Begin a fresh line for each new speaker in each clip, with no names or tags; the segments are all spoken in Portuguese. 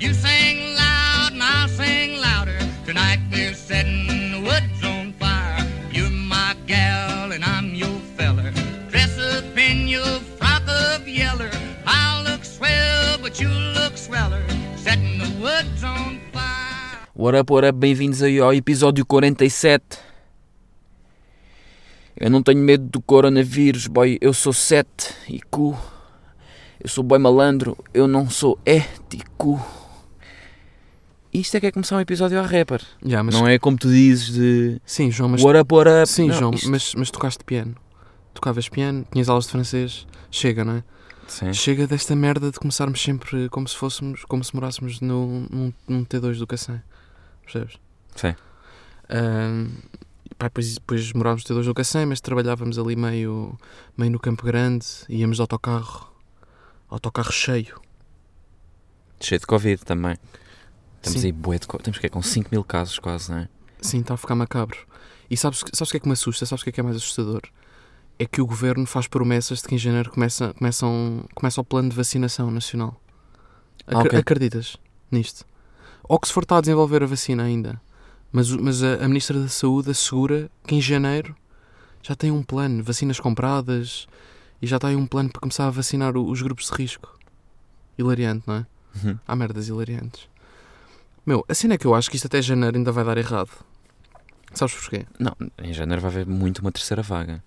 You sing loud and I'll sing louder. Tonight we're setting the woods on fire. You're my gal and I'm your feller. Dress up in your frock of yeller. I'll look swell, but you look sweller. Setting the woods on fire.
What up, what up, bem-vindos aí ao episódio 47. Eu não tenho medo do coronavírus, boy, eu sou 7 e cu. Eu sou boy malandro, eu não sou ético. Isto é que é começar um episódio a rapper.
Já, mas-
Não é como tu dizes de
Sim, João, mas.
what up, what up.
Sim,
Não,
João,
isto-
mas, mas tocaste piano. Tocavas piano, tinhas aulas de francês. Chega, não é?
Sim.
Chega desta merda de começarmos sempre como se fôssemos, como se morássemos num, num, num T2 do Cacém. Percebes?
Sim.
Ahm, pá, depois, depois morávamos no T2 do Cacém, mas trabalhávamos ali meio, meio no Campo Grande, íamos de autocarro, autocarro cheio.
Cheio de Covid também. Estamos
Sim.
aí bué de co- Temos que é com 5 mil casos quase, não é?
Sim, está a ficar macabro. E sabes, sabes o que é que me assusta? Sabes o que é que é mais assustador? É que o governo faz promessas de que em janeiro começa, começa, um- começa o plano de vacinação nacional.
Ah,
Acre-
ok.
Acreditas nisto? Oxford está tá a desenvolver a vacina ainda, mas, o- mas a, a Ministra da Saúde assegura que em janeiro já tem um plano, vacinas compradas e já está aí um plano para começar a vacinar o- os grupos de risco. Hilariante, não é?
Uhum.
Há merdas hilariantes. Meu, a cena é que eu acho que isto até janeiro ainda vai dar errado. Sabes porquê?
Não, em janeiro vai haver muito uma terceira vaga.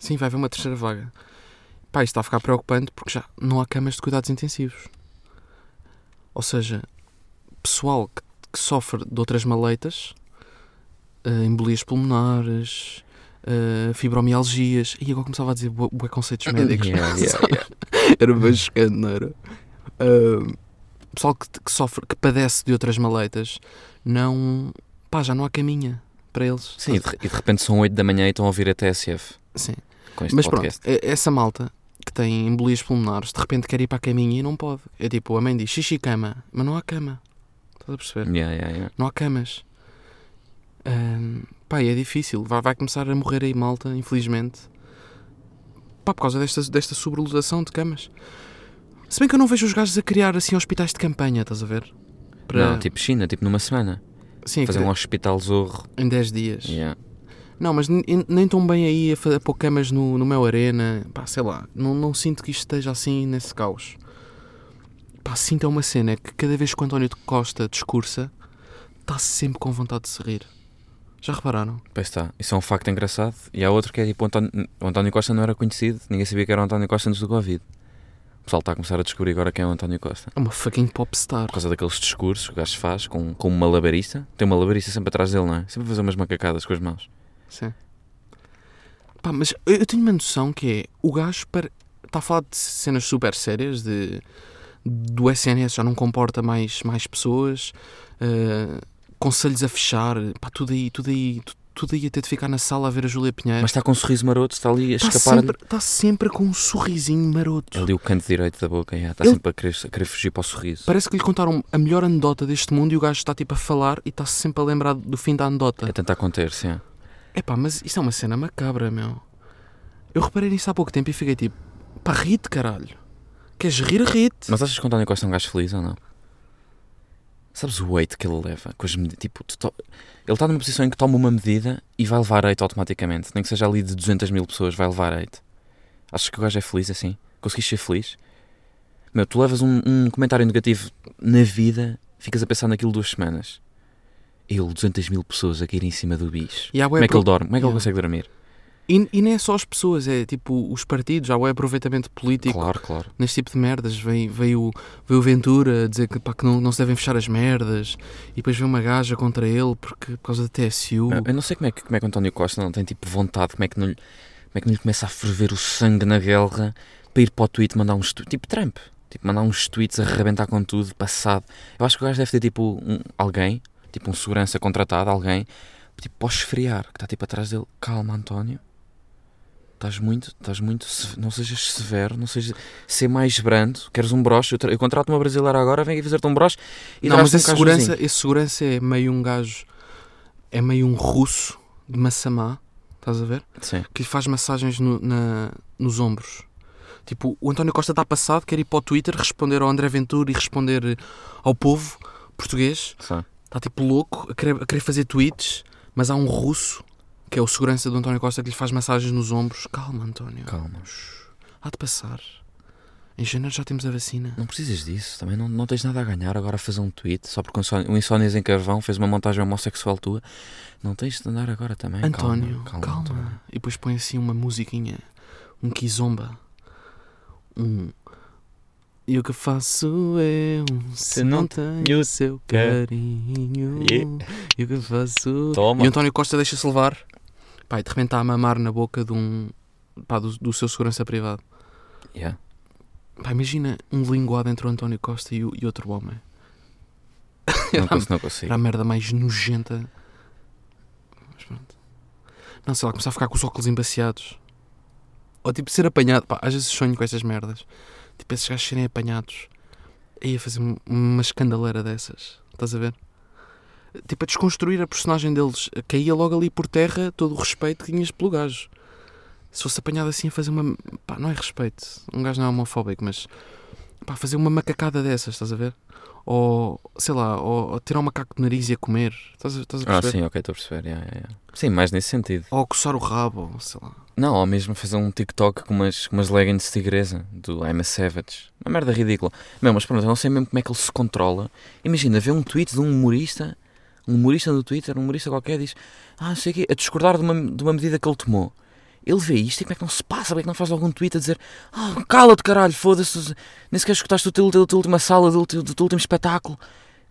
Sim, vai haver uma terceira vaga. Pá, isto está a ficar preocupante porque já não há camas de cuidados intensivos. Ou seja, pessoal que, que sofre de outras maleitas, eh, embolias pulmonares, eh, fibromialgias. E agora começava a dizer bué bué conceitos médicos.
Ah, Yeah, yeah, yeah.
era bem chocante, não era? Ah, pessoal que, que sofre, que padece de outras maleitas, não. pá, já não há caminha para eles.
Sim, e de, e de repente são 8 da manhã e estão a ouvir a TSF
Sim.
com este
Mas
podcast.
pronto, é- essa malta que tem embolias pulmonares, de repente quer ir para a caminha e não pode. É tipo, a mãe diz xixi cama, mas não há cama. Estás a perceber?
Yeah, yeah, yeah.
Não há camas. Ahm, pá, e é difícil. Vai, vai começar a morrer aí malta, infelizmente. Pá, por causa desta, desta sobrelotação de camas. Se bem que eu não vejo os gajos a criar assim hospitais de campanha, estás a ver?
Não, tipo China, tipo numa semana.
Sim,
Fazer um hospital zorro.
em 10 dias.
Yeah.
Não, mas n- n- nem tão bem aí a, fa- a pôr camas no, no meu arena. Pá, sei lá, não, não sinto que isto esteja assim nesse caos. Pá, sinto é uma cena é que cada vez que o António Costa discursa, está sempre com vontade de se rir. Já repararam?
Pois está, isso é um facto engraçado. E há outro que é tipo: o António, o António Costa não era conhecido, ninguém sabia que era o António Costa antes do Covid. O pessoal está a começar a descobrir agora quem é o António Costa.
É uma fucking popstar.
Por causa daqueles discursos que o gajo faz com, com um malabarista. Tem um malabarista sempre atrás dele, não é? Sempre a fazer umas macacadas com as mãos.
Sim. Pá, mas eu eu tenho uma noção que é o gajo para. Está a falar de cenas super sérias, de do SNS já não comporta mais, mais pessoas, eh, conselhos a fechar, pá, tudo aí, tudo aí, tu- tudo aí a ter de ficar na sala a ver a Júlia Pinheiro.
Mas está com um sorriso maroto, está ali a
É. Está
escapar-lhe.
sempre, tá sempre com um sorrisinho maroto.
Ali o canto direito da boca, yeah, está
Ele-
sempre a querer, a querer fugir para o sorriso.
Parece que lhe contaram a melhor anedota deste mundo e o gajo está tipo a falar e está sempre a lembrar do fim da anedota.
A tentar conter-se, yeah.
Epá, mas isto é uma cena macabra, meu. Eu reparei nisso há pouco tempo e fiquei tipo, pá, ri-te, caralho. Queres rir, ri-te.
Mas achas que o António Costa é um gajo feliz ou não? Sabes o weight que ele leva? Com as medi- tipo, tu to- Ele está numa posição em que toma uma medida e vai levar 8 automaticamente. Nem que seja ali de 200 mil pessoas, vai levar 8. Achas que o gajo é feliz assim? Conseguiste ser feliz? Meu, tu levas um, um comentário negativo na vida, ficas a pensar naquilo duas semanas. Ele, 200 mil pessoas a cair em cima do bicho.
E, há bué
Como é que
apro-
ele dorme? Como é que ele
Yeah.
consegue dormir?
e, e nem é só as pessoas, é tipo os partidos, há o aproveitamento político
Claro, claro.
neste tipo de merdas. Veio, veio, veio o Ventura dizer que, pá, que não, não se devem fechar as merdas e depois veio uma gaja contra ele porque, por causa da TSU.
Eu- Eu não sei como é que, como é que o António Costa não tem tipo vontade, como é que não lhe, como é que não lhe começa a ferver o sangue na guerra para ir para o tweet mandar uns tweets, tipo Trump, tipo mandar uns tweets a arrebentar com tudo, passado. Eu acho que o gajo deve ter tipo um- alguém, tipo um segurança contratado, alguém, tipo para o esfriar, que está tipo atrás dele, calma António. Estás muito, estás muito, se- não sejas severo, não sejas, ser mais brando, queres um broche, eu, tra- eu contrato uma brasileira agora, vem aqui fazer-te um broche e
não, mas
traz-te um
esse
cajuzinho.
segurança, esse segurança é meio um gajo, é meio um russo de Massamá, estás a ver?
Sim,
que lhe faz massagens no- na- nos ombros. Tipo, o António Costa está passado, quer ir para o Twitter responder ao André Ventura e responder eh, ao povo português.
Sim.
Está tipo louco a querer, a querer fazer tweets, mas há um russo, que é o segurança do António Costa, que lhe faz massagens nos ombros. Calma, António.
Calma.
Há de passar. Em janeiro já temos a vacina.
Não precisas disso, também não, não tens nada a ganhar agora a fazer um tweet só porque o Insó- o Insónias em Carvão fez uma montagem homossexual tua. Não tens de andar agora também. Calma,
António, calma.
calma, António.
E depois põe assim uma musiquinha, um kizomba, um... E o que faço é um se
não
não tenho
tenho
o seu carinho.
Yeah.
E o que faço...
Toma.
E o António Costa deixa-se levar. Pá, e de repente está a mamar na boca de um... Pá, do, do seu segurança privado.
Yeah.
Pá, imagina um linguado entre o António Costa e, o- e outro homem.
Não, cons- não consigo.
Era a merda mais nojenta. Mas pronto. Não sei lá, começar a ficar com os óculos embaciados. Ou tipo ser apanhado. Pá, às vezes sonho com estas merdas. Tipo, esses gajos serem apanhados. E ia fazer um- uma escandaleira dessas. Estás a ver? Tipo, a desconstruir a personagem deles. Caía logo ali por terra todo o respeito que tinhas pelo gajo. Se fosse apanhado assim a fazer uma. Pá, não é respeito. Um gajo não é homofóbico, mas. Pá, fazer uma macacada dessas, estás a ver? ou sei lá, ou, ou tirar um macaco do nariz e a comer, estás a, estás a
Ah,
perceber?
sim, ok, estou a perceber. yeah, yeah, yeah. Sim, mais nesse sentido.
ou coçar o rabo, ou sei lá.
Não, ou mesmo fazer um TikTok com umas, com umas leggings de tigresa do I'm a Savage. Uma merda ridícula. Meu, mas pronto, eu não sei mesmo como é que ele se controla. Imagina, vê um tweet de um humorista, um humorista no Twitter, um humorista qualquer, diz Ah, não sei o quê, a discordar de uma, de uma medida que ele tomou. Ele vê isto e como é que não se passa? Como é que não faz algum tweet a dizer Ah, cala-te caralho, foda-se, nem sequer escutaste o teu, teu, teu última sala, do teu, do teu último espetáculo.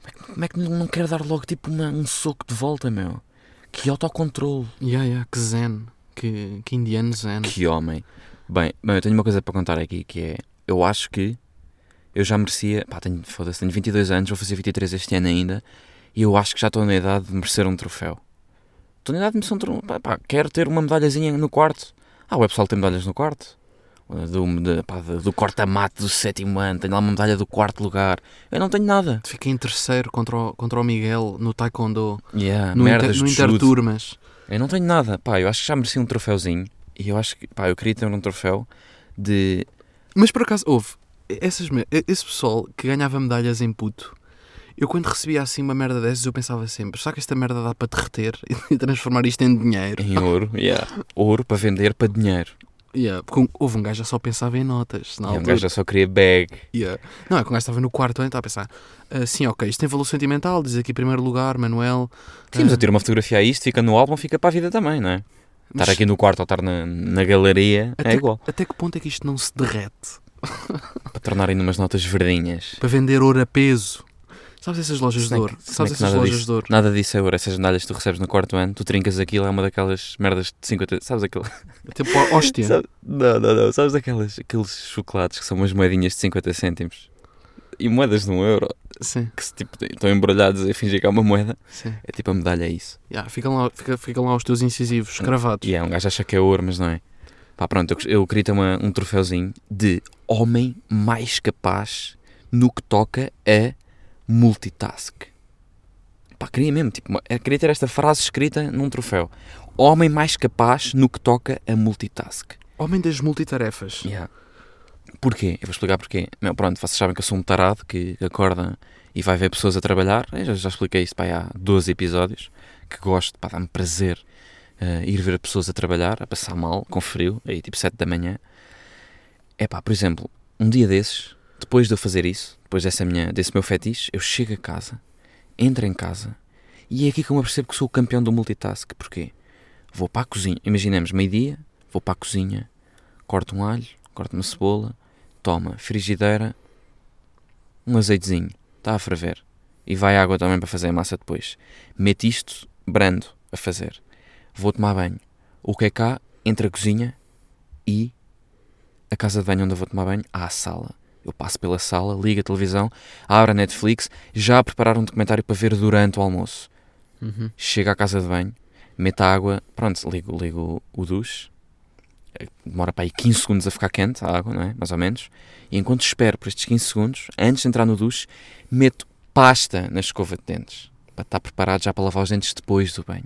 Como é que, como é que não quer dar logo tipo uma- um soco de volta, meu? Que autocontrole.
Yeah, yeah, que zen, que, que indiano zen.
Que homem. Bem, bem, eu tenho uma coisa para contar aqui que é. Eu acho que eu já merecia. Pá, tenho, foda-se, tenho 22 anos, vou fazer 23 este ano ainda. E eu acho que já estou na idade de merecer um troféu. Estou na idade de merecer um troféu. Pá, pá, quero ter uma medalhazinha no quarto. Ah, o pessoal tem medalhas no quarto. Uh, Do, de, pá, de- do corta-mato do sétimo ano, tenho lá uma medalha do quarto lugar. Eu não tenho nada.
Fiquei em terceiro contra o, contra o Miguel no Taekwondo,
Yeah,
no,
Ah, merdas
inter, no
de judo.
Interturmas.
Eu não tenho nada, pá, eu acho que já mereci um troféuzinho. E eu acho que, pá, eu queria ter um troféu de.
Mas por acaso, houve, essas, mer- esse pessoal que ganhava medalhas em puto, eu quando recebia assim uma merda dessas, eu pensava sempre, será que esta merda dá para derreter e transformar isto em dinheiro?
Em ouro, yeah. Ouro para vender para dinheiro.
Yeah, porque um- houve um gajo que só pensava em notas. Na
e um
altura.
gajo já só queria bag.
Yeah. Não, é que o gajo estava no quarto ano e estava a pensar: "Ah, sim, ok, isto tem valor sentimental, diz aqui primeiro lugar, Manuel.
Tínhamos
Ah,
a tirar uma fotografia a isto, fica no álbum, fica para a vida também, não é?
mas
Estar aqui no quarto ou estar na, na galeria
até,
é igual.
Até que ponto é que isto não se derrete
Para tornarem umas notas verdinhas.
para vender ouro a peso? Sabes essas lojas
Se
de
bem
ouro?
que- se bem
Sabes
que
essas
nada
lojas
disso-
de ouro?
Nada disso é ouro. Essas medalhas que tu recebes no quarto ano, tu trincas aquilo, é uma daquelas merdas de 50. Sabes aquilo?
Tipo, ó- hóstia.
Sabe- Não, não, não. Sabes aquelas, aqueles chocolates que são umas moedinhas de 50 cêntimos? E moedas de um euro
Sim,
que se, tipo, estão embrulhadas a fingir que é uma moeda.
sim.
É tipo a medalha, é isso.
Yeah, ficam, lá, fica- ficam lá os teus incisivos cravados.
E é, um gajo acha que é ouro, mas não é. Pá, pronto, eu, eu queria ter uma- um troféuzinho de homem mais capaz no que toca a multitask. Pá, queria mesmo, tipo, uma- eu queria ter esta frase escrita num troféu. Homem mais capaz no que toca a multitask.
Homem das multitarefas.
Yeah. Porquê? Eu vou explicar porquê. Meu, pronto, vocês sabem que eu sou um tarado que acorda e vai ver pessoas a trabalhar. Eu já, já expliquei isso pá, há 12 episódios. Que gosto, pá, dá-me prazer eh, ir ver pessoas a trabalhar, a passar mal, com frio, aí tipo 7 da manhã. É pá, por exemplo, um dia desses, depois de eu fazer isso, depois dessa minha, desse meu fetiche, eu chego a casa, entro em casa e é aqui que eu me apercebo que sou o campeão do multitask. Porquê? Vou para a cozinha, imaginemos meio-dia, vou para a cozinha, corto um alho, corto uma cebola, toma, frigideira, um azeitezinho, está a ferver. E vai água também para fazer a massa depois. Mete isto brando a fazer. Vou tomar banho. O que é cá entre a cozinha e a casa de banho onde eu vou tomar banho há a sala. Eu passo pela sala, ligo a televisão, abro a Netflix, já a preparar um documentário para ver durante o almoço.
Uhum.
Chego à casa de banho, meto a água, pronto, ligo, ligo o duche, eh, demora para aí 15 segundos a ficar quente a água, não é? Mais ou menos. E enquanto espero por estes 15 segundos, antes de entrar no duche, meto pasta na escova de dentes, para estar preparado já para lavar os dentes depois do banho.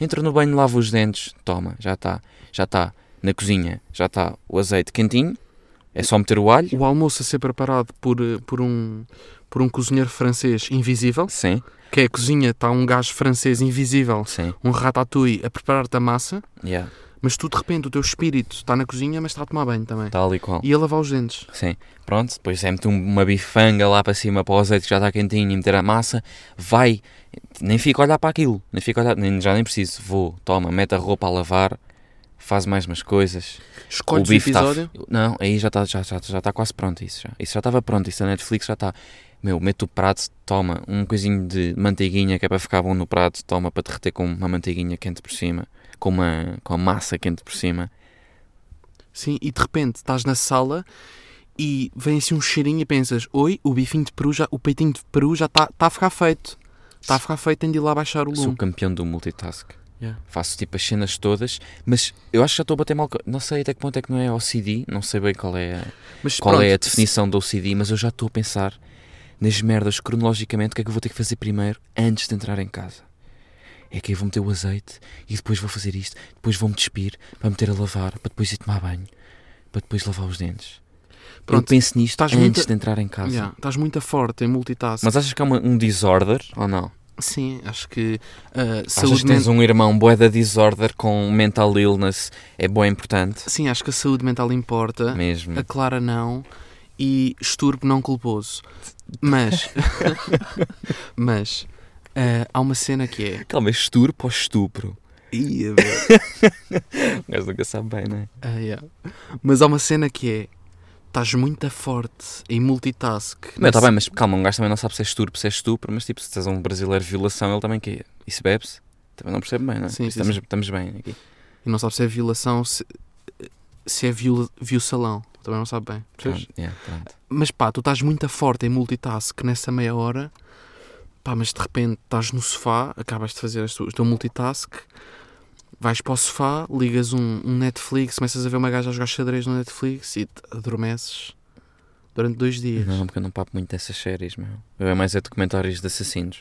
Entro no banho, lavo os dentes, toma, já está, já está na cozinha, já está o azeite quentinho, É só meter o alho?
O almoço a ser preparado por, eh, por, um, por um cozinheiro francês invisível,
Sim,
que é a cozinha, está um gajo francês invisível,
sim.
um ratatouille a preparar-te a massa,
Yeah.
mas tu de repente o teu espírito está na cozinha, mas está a tomar banho também.
Tal e qual.
E a lavar os dentes.
Sim, pronto, depois é meter uma bifanga lá para cima para o azeite que já está quentinho e meter a massa, vai, nem fico a olhar para aquilo, nem fico a olhar, nem, já nem preciso, vou, toma, mete a roupa a lavar, faz mais umas coisas.
Escolhes o,
bife tá está-
episódio.
Não, aí já está já, já, já está quase pronto isso já. Isso já estava pronto, isso da Netflix já está. Meu, meto o prato, toma, um coisinho de manteiguinha que é para ficar bom no prato, toma, para derreter com uma manteiguinha quente por cima, com uma, com a massa quente por cima.
Sim, e de repente estás na sala e vem assim um cheirinho e pensas: Oi, o bifinho de peru, já, o peitinho de peru já está está a ficar feito. Está a ficar feito, tem de ir lá baixar o
Sou
lume.
campeão do multitask.
Yeah.
Faço tipo as cenas todas, mas eu acho que já estou a bater mal. co- Não sei até que ponto é que não é OCD, não sei bem qual é a,
Mas
qual é a
pronto,
definição do OCD, mas eu já estou a pensar nas merdas cronologicamente, o que é que eu vou ter que fazer primeiro antes de entrar em casa. É que eu vou meter o azeite e depois vou fazer isto, depois vou-me despir para meter a lavar, para depois ir tomar banho, para depois lavar os dentes. eu
Pronto,
penso nisto
estás
antes
muito-
de entrar em casa.
Yeah, estás muito forte em multitask.
Mas achas que é uma- um disorder ou não?
Sim, acho que ah,
Achas
saúde
que tens
men-
um irmão bué da disorder com mental illness é boa importante?
Sim, acho que a saúde mental importa.
Mesmo.
A Clara não. E esturbo não culposo. Mas. mas. ah, há uma cena que é.
Calma, é esturpo ou estupro?
Ia,
O gajo nunca sabe bem, não é?
Ah, yeah. Mas há uma cena que é. Estás muito forte em multitask.
Não, tá bem, mas calma, um gajo também não sabe se é esturpo, se é estupro, mas tipo, se tens um brasileiro violação, ele também que Isso bebe-se? Também não percebe bem, não é?
Sim, sim,
estamos, estamos bem aqui.
E não sabe se é violação, se, se é viola, salão Também não sabe bem. percebes?
Pronto, yeah, pronto.
Mas pá, tu estás muito forte em multitask nessa meia hora. Pá, mas de repente estás no sofá, acabas de fazer as tuas- o teu multitask, vais para o sofá, ligas um, um Netflix, começas a ver uma gaja a jogar xadrez no Netflix e te adormeces durante dois dias.
Não, porque eu não papo muito dessas séries, meu. Eu é mais é documentários de assassinos.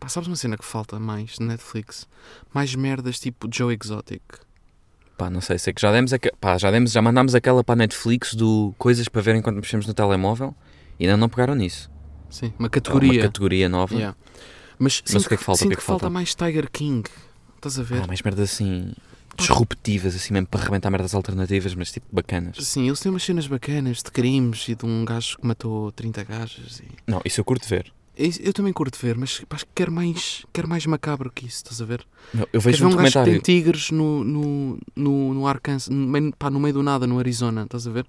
Pá, sabes uma cena que falta mais no Netflix? Mais merdas tipo Joe Exotic.
Pá, não sei, sei que já demos, aque- pá, já demos, já mandámos aquela para a Netflix do coisas para ver enquanto mexemos no telemóvel e ainda não pegaram nisso.
Sim, uma
É uma
categoria.
categoria nova.
Yeah. Mas, sinto
o que é que falta? O
Sinto
que é
que,
que
falta
falta?
mais Tiger King. Estás a ver?
Ah, mas merdas assim disruptivas, assim mesmo para arrebentar merdas alternativas, mas tipo bacanas.
Sim, eles têm umas cenas bacanas de crimes e de um gajo que matou 30 gajos. E... é
Não, isso eu curto ver.
Isso Eu também curto ver, mas pá, acho que quero mais, quero mais macabro que isso, estás a ver?
Não, eu
Quero
vejo
ver
um
um gajo que tem
documentário.
tigres no, no, no, no Arkansas, no meio, pá, no meio do nada, no Arizona, estás a ver?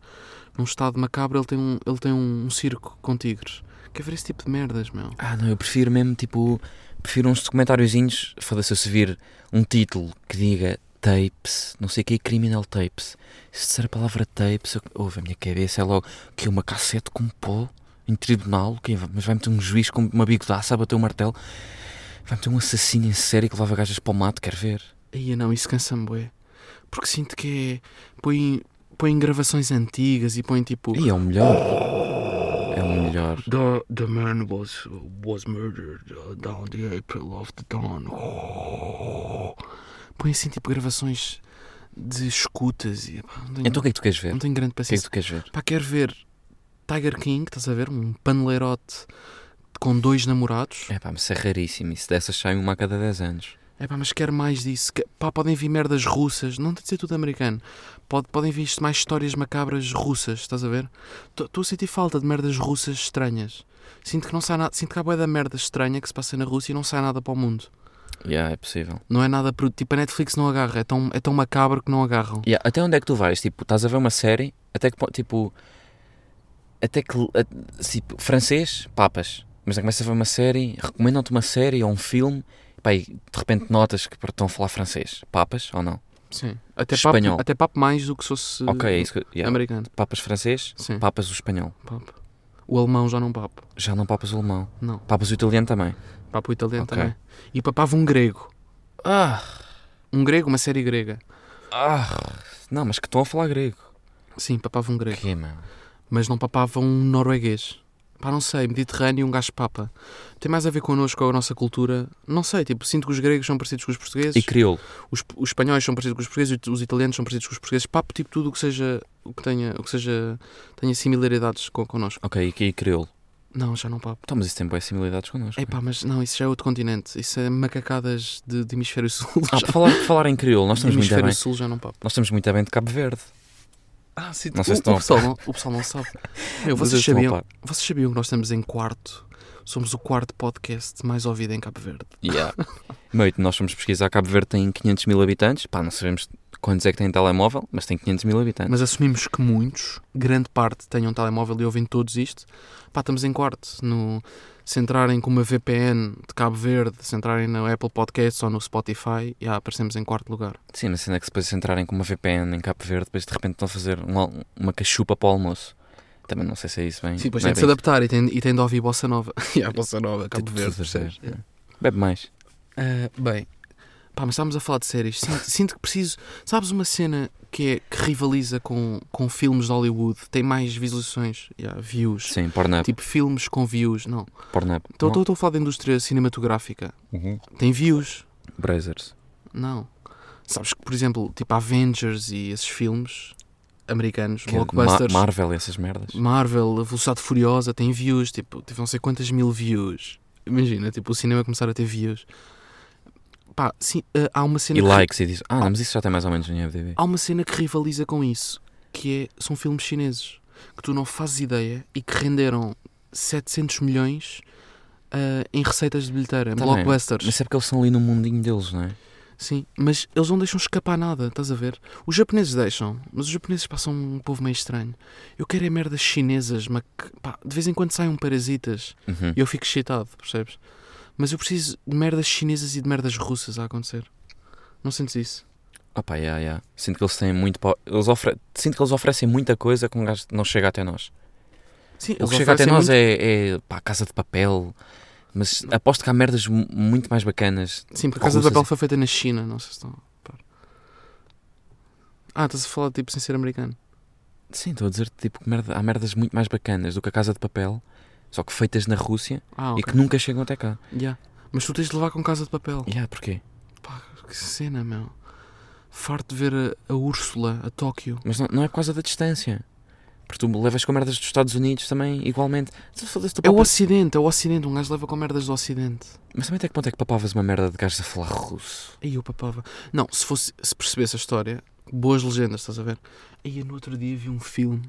Num estado macabro ele tem um, ele tem um, um circo com tigres. Quero ver esse tipo de merdas, meu.
Ah, não, eu prefiro mesmo, tipo, prefiro uns documentáriozinhos. Foda-se, eu se vir um título que diga tapes, não sei o que, criminal tapes. Se disser a palavra tapes, eu, ouve a minha cabeça, é logo que uma cassete com pó em tribunal, que, mas vai meter um juiz com uma bigodaça a bater o martelo. Vai meter um assassino em série que levava gajas para o mato, quer ver?
Aí não, isso cansa-me, bué. Porque sinto que é. põe, põe gravações antigas e põe tipo.
E é o melhor. É o melhor.
The the man was was murdered uh, down the April of the dawn.
põe assim tipo gravações de escutas e. pá, não tenho,
Então o que é que tu queres ver?
não
O
tenho grande
que é que
paciência.
tu queres ver?
Pá, quero ver Tiger King, estás a ver? Um paneleirote com dois namorados.
É pá, mas isso é raríssimo. Isso dessas sai uma a cada 10 anos.
É pá, mas quero mais disso. Que- Pá, podem vir merdas russas, não tem de ser tudo americano. Pode, podem vir isto mais histórias macabras russas, estás a ver? Estou a sentir falta de merdas russas estranhas. Sinto que não sai nada, sinto que há boia da merda estranha que se passa na Rússia e não sai nada para o mundo.
Yeah, é possível.
Não é nada pro- tipo a Netflix não agarra, é tão, é tão macabro que não agarram.
Yeah, até onde é que tu vais? Tipo, estás a ver uma série, até que, pon- tipo, até que, a- tipo, francês, papas. Mas aí começas a ver uma série, recomendam-te uma série ou um filme, pá, e de repente notas que estão a falar francês. Papas ou não?
Sim. Até
Espanhol.
papo, até papo mais do que se fosse
ok, é isso que... yeah.
americano.
Papas francês,
Sim.
papas o espanhol.
Papo. O alemão já não papo.
Já não papas o alemão.
Não.
Papas o italiano também.
Papo italiano
Ok.
também. E papava um grego.
Ah,
Um grego, uma série grega.
ah. Não, mas que estão a falar grego.
Sim, papava um grego.
Que, mano?
Mas não papava um norueguês. Pá, não sei, Mediterrâneo e um gajo papa. Tem mais a ver connosco, com a nossa cultura. Não sei, tipo, sinto que os gregos são parecidos com os portugueses.
E crioulo.
os, os espanhóis são parecidos com os portugueses, os italianos são parecidos com os portugueses, papo, tipo tudo o que seja, o que tenha, o que seja, tenha similaridades com, connosco.
Ok, e, e crioulo.
Não, já não papo.
Então, mas isso tem boas similaridades connosco.
É pá, mas não, isso já é outro continente, isso é macacadas de, de hemisfério sul.
Ah,
já,
por falar, por falar em crioulo, nós
de
estamos muito
hemisfério
bem.
sul já não papo.
Nós estamos muito bem de Cabo Verde.
Ah, sim,
Não
o,
sei se
o,
estão a
pessoal não, o pessoal não sabe. Meu,
Mas
vocês,
eles estão a
sabiam,
par.
vocês sabiam que nós estamos em quarto, somos o quarto podcast mais ouvido em Cabo Verde.
Yeah. Meu, e nós fomos pesquisar, Cabo Verde tem 500 mil habitantes. Pá, não sabemos quantos é que tem telemóvel, mas tem 500 mil habitantes.
Mas assumimos que muitos, grande parte, tenham um telemóvel e ouvem todos isto. Pá, estamos em quarto. No, se entrarem com uma VPN de Cabo Verde, se entrarem no Apple Podcasts ou no Spotify, já aparecemos em quarto lugar.
Sim, mas cena é que se depois entrarem com uma VPN em Cabo Verde, depois de repente estão a fazer um al- uma cachupa para o almoço. Também não sei se é isso bem.
Sim, depois
não
tem
é
de se
bem
adaptar e tem, e tem de ouvir Bossa Nova. e a Bossa Nova,
isso.
Cabo
Tem de
Verde. É.
se
percebes?
fazer. Tipo, é. Bebe mais.
Ah, bem, pá, mas estávamos a falar de séries. Sinto, sinto que preciso. Sabes uma cena que, é, que rivaliza com, com filmes de Hollywood? Tem mais visualizações, já, views.
Sim, Pornhub.
Tipo filmes com views, não.
Pornhub.
Estou
Não?
estou a falar da indústria cinematográfica.
Uhum.
Tem views?
Brazers.
Não. Sabes que, por exemplo, tipo Avengers e esses filmes americanos,
Que é
blockbusters,
Ma- Marvel e essas merdas.
Marvel, a Velocidade Furiosa, tem views, tipo, teve não sei quantas mil views. Imagina, tipo, o cinema começar a ter views. Pá, sim, eh, há uma cena
E
que,
likes e diz. Ah, não, mas isso já tem mais ou menos no IMDb.
há uma cena que rivaliza com isso, que é, são filmes chineses, que tu não fazes ideia e que renderam 700 milhões eh, em receitas de
Tá
bilheteira,
bem,
blockbusters.
Mas é porque eles são ali no mundinho deles, não é?
Sim, mas eles não deixam escapar nada, estás a ver? Os japoneses deixam, mas os japoneses passam um povo meio estranho. Eu quero é merdas chinesas, mas que- pá, de vez em quando saem um parasitas
Uhum.
e eu fico excitado, percebes? Mas eu preciso de merdas chinesas e de merdas russas a acontecer. Não sentes isso?
Opa, yeah, yeah. Sinto que eles têm muito. pa- Eles ofre... Sinto que eles oferecem muita coisa que um gajo não chega até nós.
Sim,
O que chega até nós é, é pá, casa de papel. Mas aposto que há merdas mu- muito mais bacanas.
Sim, porque a Casa de
russas
Papel
e-
foi feita na China, não sei se estão a par. Ah, estás a falar tipo sem ser americano.
Sim, estou a dizer-te tipo, que merda- há merdas muito mais bacanas do que a casa de papel, só que feitas na Rússia
Ah,
e
ok.
que nunca chegam até cá.
Yeah. Mas tu tens de levar com Casa de Papel.
Yeah, porquê?
Pá, que cena, meu. Farto de ver a, a Úrsula, a Tóquio.
Mas não, não é por causa da distância. Porque tu levas com merdas dos Estados Unidos também, igualmente. Tu foda-se, tu
É o
papas-
Ocidente, é o Ocidente. Um gajo leva com merdas do Ocidente.
Mas também até que ponto é que papavas uma merda de gajos a falar russo?
Aí eu papava. Não, se, fosse, se percebesse a história, boas legendas, estás a ver? Aí eu no outro dia vi um filme.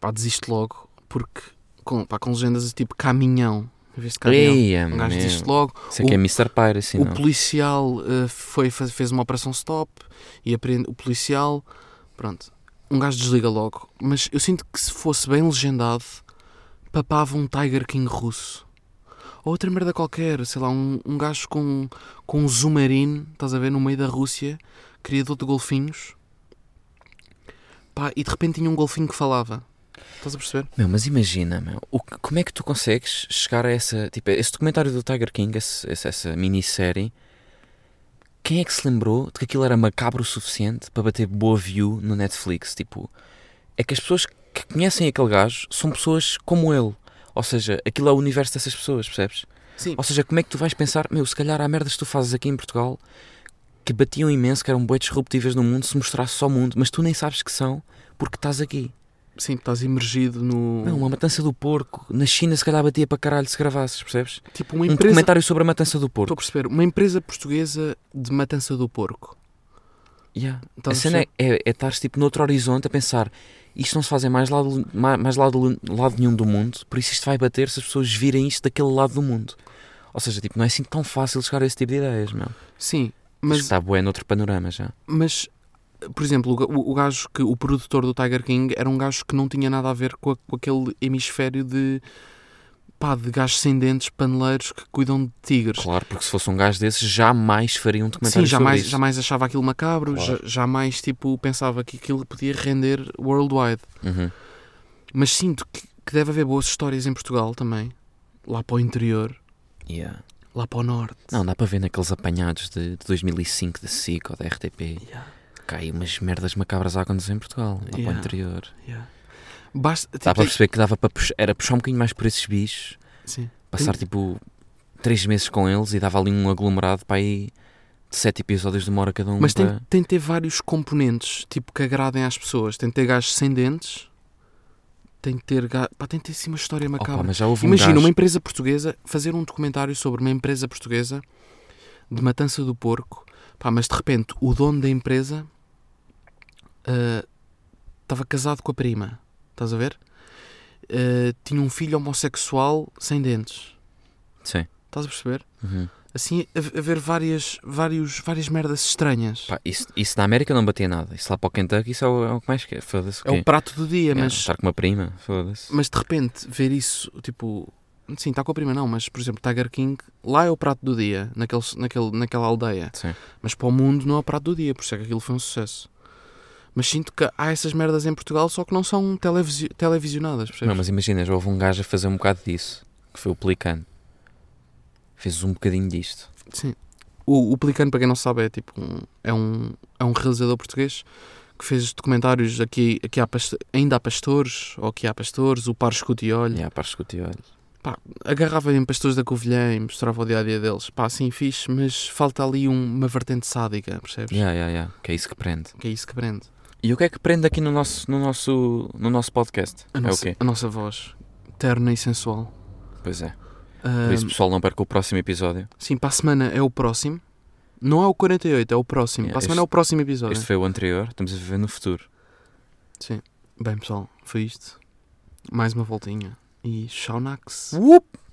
Pá, desisto logo, porque com, pá, com legendas tipo caminhão. Em vez de caminhão.
Eia,
um
meu.
gajo desiste logo.
Isso aqui é Mr. Pyre, assim,
o
não?
policial eh, foi, fa- fez uma operação stop e apreende o policial. Pronto, um gajo desliga logo. Mas eu sinto que se fosse bem legendado, papava um Tiger King russo. Ou outra merda qualquer, sei lá, um, um gajo com, com um submarino, estás a ver, no meio da Rússia, criador de golfinhos. Pá, e de repente tinha um golfinho que falava. Estás a perceber?
Meu, mas imagina, meu, o que- como é que tu consegues chegar a essa. Tipo, esse documentário do Tiger King, esse, esse- essa minissérie. Quem é que se lembrou de que aquilo era macabro o suficiente para bater boa view no Netflix? Tipo, é que as pessoas que conhecem aquele gajo são pessoas como ele. Ou seja, aquilo é o universo dessas pessoas, percebes?
Sim.
Ou seja, como é que tu vais pensar, meu, se calhar há merdas que tu fazes aqui em Portugal que batiam imenso, que eram boi disruptivas no mundo, se mostrasse só o mundo, mas tu nem sabes que são porque estás aqui.
Sim, estás imergido no.
Não, uma matança do porco. Na China se calhar batia para caralho se gravasses, percebes?
tipo,
Um
uma empresa
documentário sobre a matança do
Estou a
porco.
perceber. Uma empresa portuguesa de matança do porco.
Yeah. A
Estás a
cena é, é, é estares tipo noutro horizonte a pensar isto não se faz em mais, lado, ma- mais lado, lado nenhum do mundo, por isso isto vai bater se as pessoas virem isto daquele lado do mundo. Ou seja, tipo, não é assim tão fácil chegar a esse tipo de ideias, meu.
Sim,
Mas
mas,
está bué noutro panorama já.
mas por exemplo, o ga- o, o gajo que o produtor do Tiger King era um gajo que não tinha nada a ver com, a- com aquele hemisfério de pá, de gajos sem dentes, paneleiros que cuidam de tigres.
Claro, porque se fosse um gajo desses, jamais faria um documentário
Sim,
sobre
jamais,
isso.
jamais achava aquilo macabro,
Claro.
ja- jamais tipo pensava que aquilo podia render worldwide.
Uhum.
Mas sinto que, que deve haver boas histórias em Portugal também, lá para o interior,
Yeah.
lá para o norte.
Não, dá para ver naqueles apanhados de, de 2005 da SIC ou da RTP. Cai umas merdas macabras a acontecer em Portugal, lá para
Yeah.
o interior.
Basta.
Dá para
tipo,
perceber que dava para puxar, era puxar um bocadinho mais por esses bichos,
Sim.
passar
Tem-
tipo três meses com eles e dava ali um aglomerado para aí de sete episódios de uma hora cada um.
Mas tem,
para-
tem de ter vários componentes tipo, que agradem às pessoas. Tem de ter gajos sem dentes, tem de ter, ga... pá, tem de ter assim, uma história
Opa,
macabra.
mas já houve um
Imagina
gajo-
uma empresa portuguesa fazer um documentário sobre uma empresa portuguesa de matança do porco, pá, mas de repente o dono da empresa ah, estava casado com a prima, estás a ver? Ah, tinha um filho homossexual sem dentes,
Sim.
estás a perceber?
Uhum.
Assim, a- haver várias, vários, várias merdas estranhas.
Pá, isso, isso na América não batia nada. Isso lá para o Kentucky isso é o, é o que mais quer. Foda-se.
é o
quê?
prato do dia,
Yeah,
mas
Estar com uma prima. Foda-se.
Mas de repente ver isso, tipo. Sim, está com a prima, não, mas por exemplo, Tiger King, lá é o prato do dia, naquele, naquele, naquela aldeia.
Sim.
Mas para o mundo não é o prato do dia, por isso é que aquilo foi um sucesso. Mas sinto que há essas merdas em Portugal, só que não são televisi televisionadas, percebes?
Não, mas imagina, já houve um gajo a fazer um bocado disso, que foi o Pelicano. Fez um bocadinho disto.
Sim. O, o Pelicano, para quem não sabe, é tipo um, é um, é um realizador português que fez documentários aqui, aqui há pasto- ainda há pastores, ou aqui há pastores, o Par Escuta e Olha.
E há para escutar. olha.
agarrava em pastores da Covilhã e mostrava o dia a dia deles. Pá, assim fixe, mas falta ali um- uma vertente sádica, percebes?
Yeah, yeah, yeah, que é isso que prende.
Que é isso que prende.
E o que é que prende aqui no nosso, no nosso, no nosso podcast?
A
é
nossa,
o quê?
a nossa voz, terna e sensual.
Pois é.
Ah,
Por isso, pessoal, não perca o próximo episódio.
Sim, para a semana é o próximo. Não é o 48, é o próximo.
Yeah,
para a
este-
semana é o próximo episódio.
Este foi o anterior, estamos a viver no futuro.
Bem, pessoal, foi isto. Mais uma voltinha. E Shaunax.
Whoop!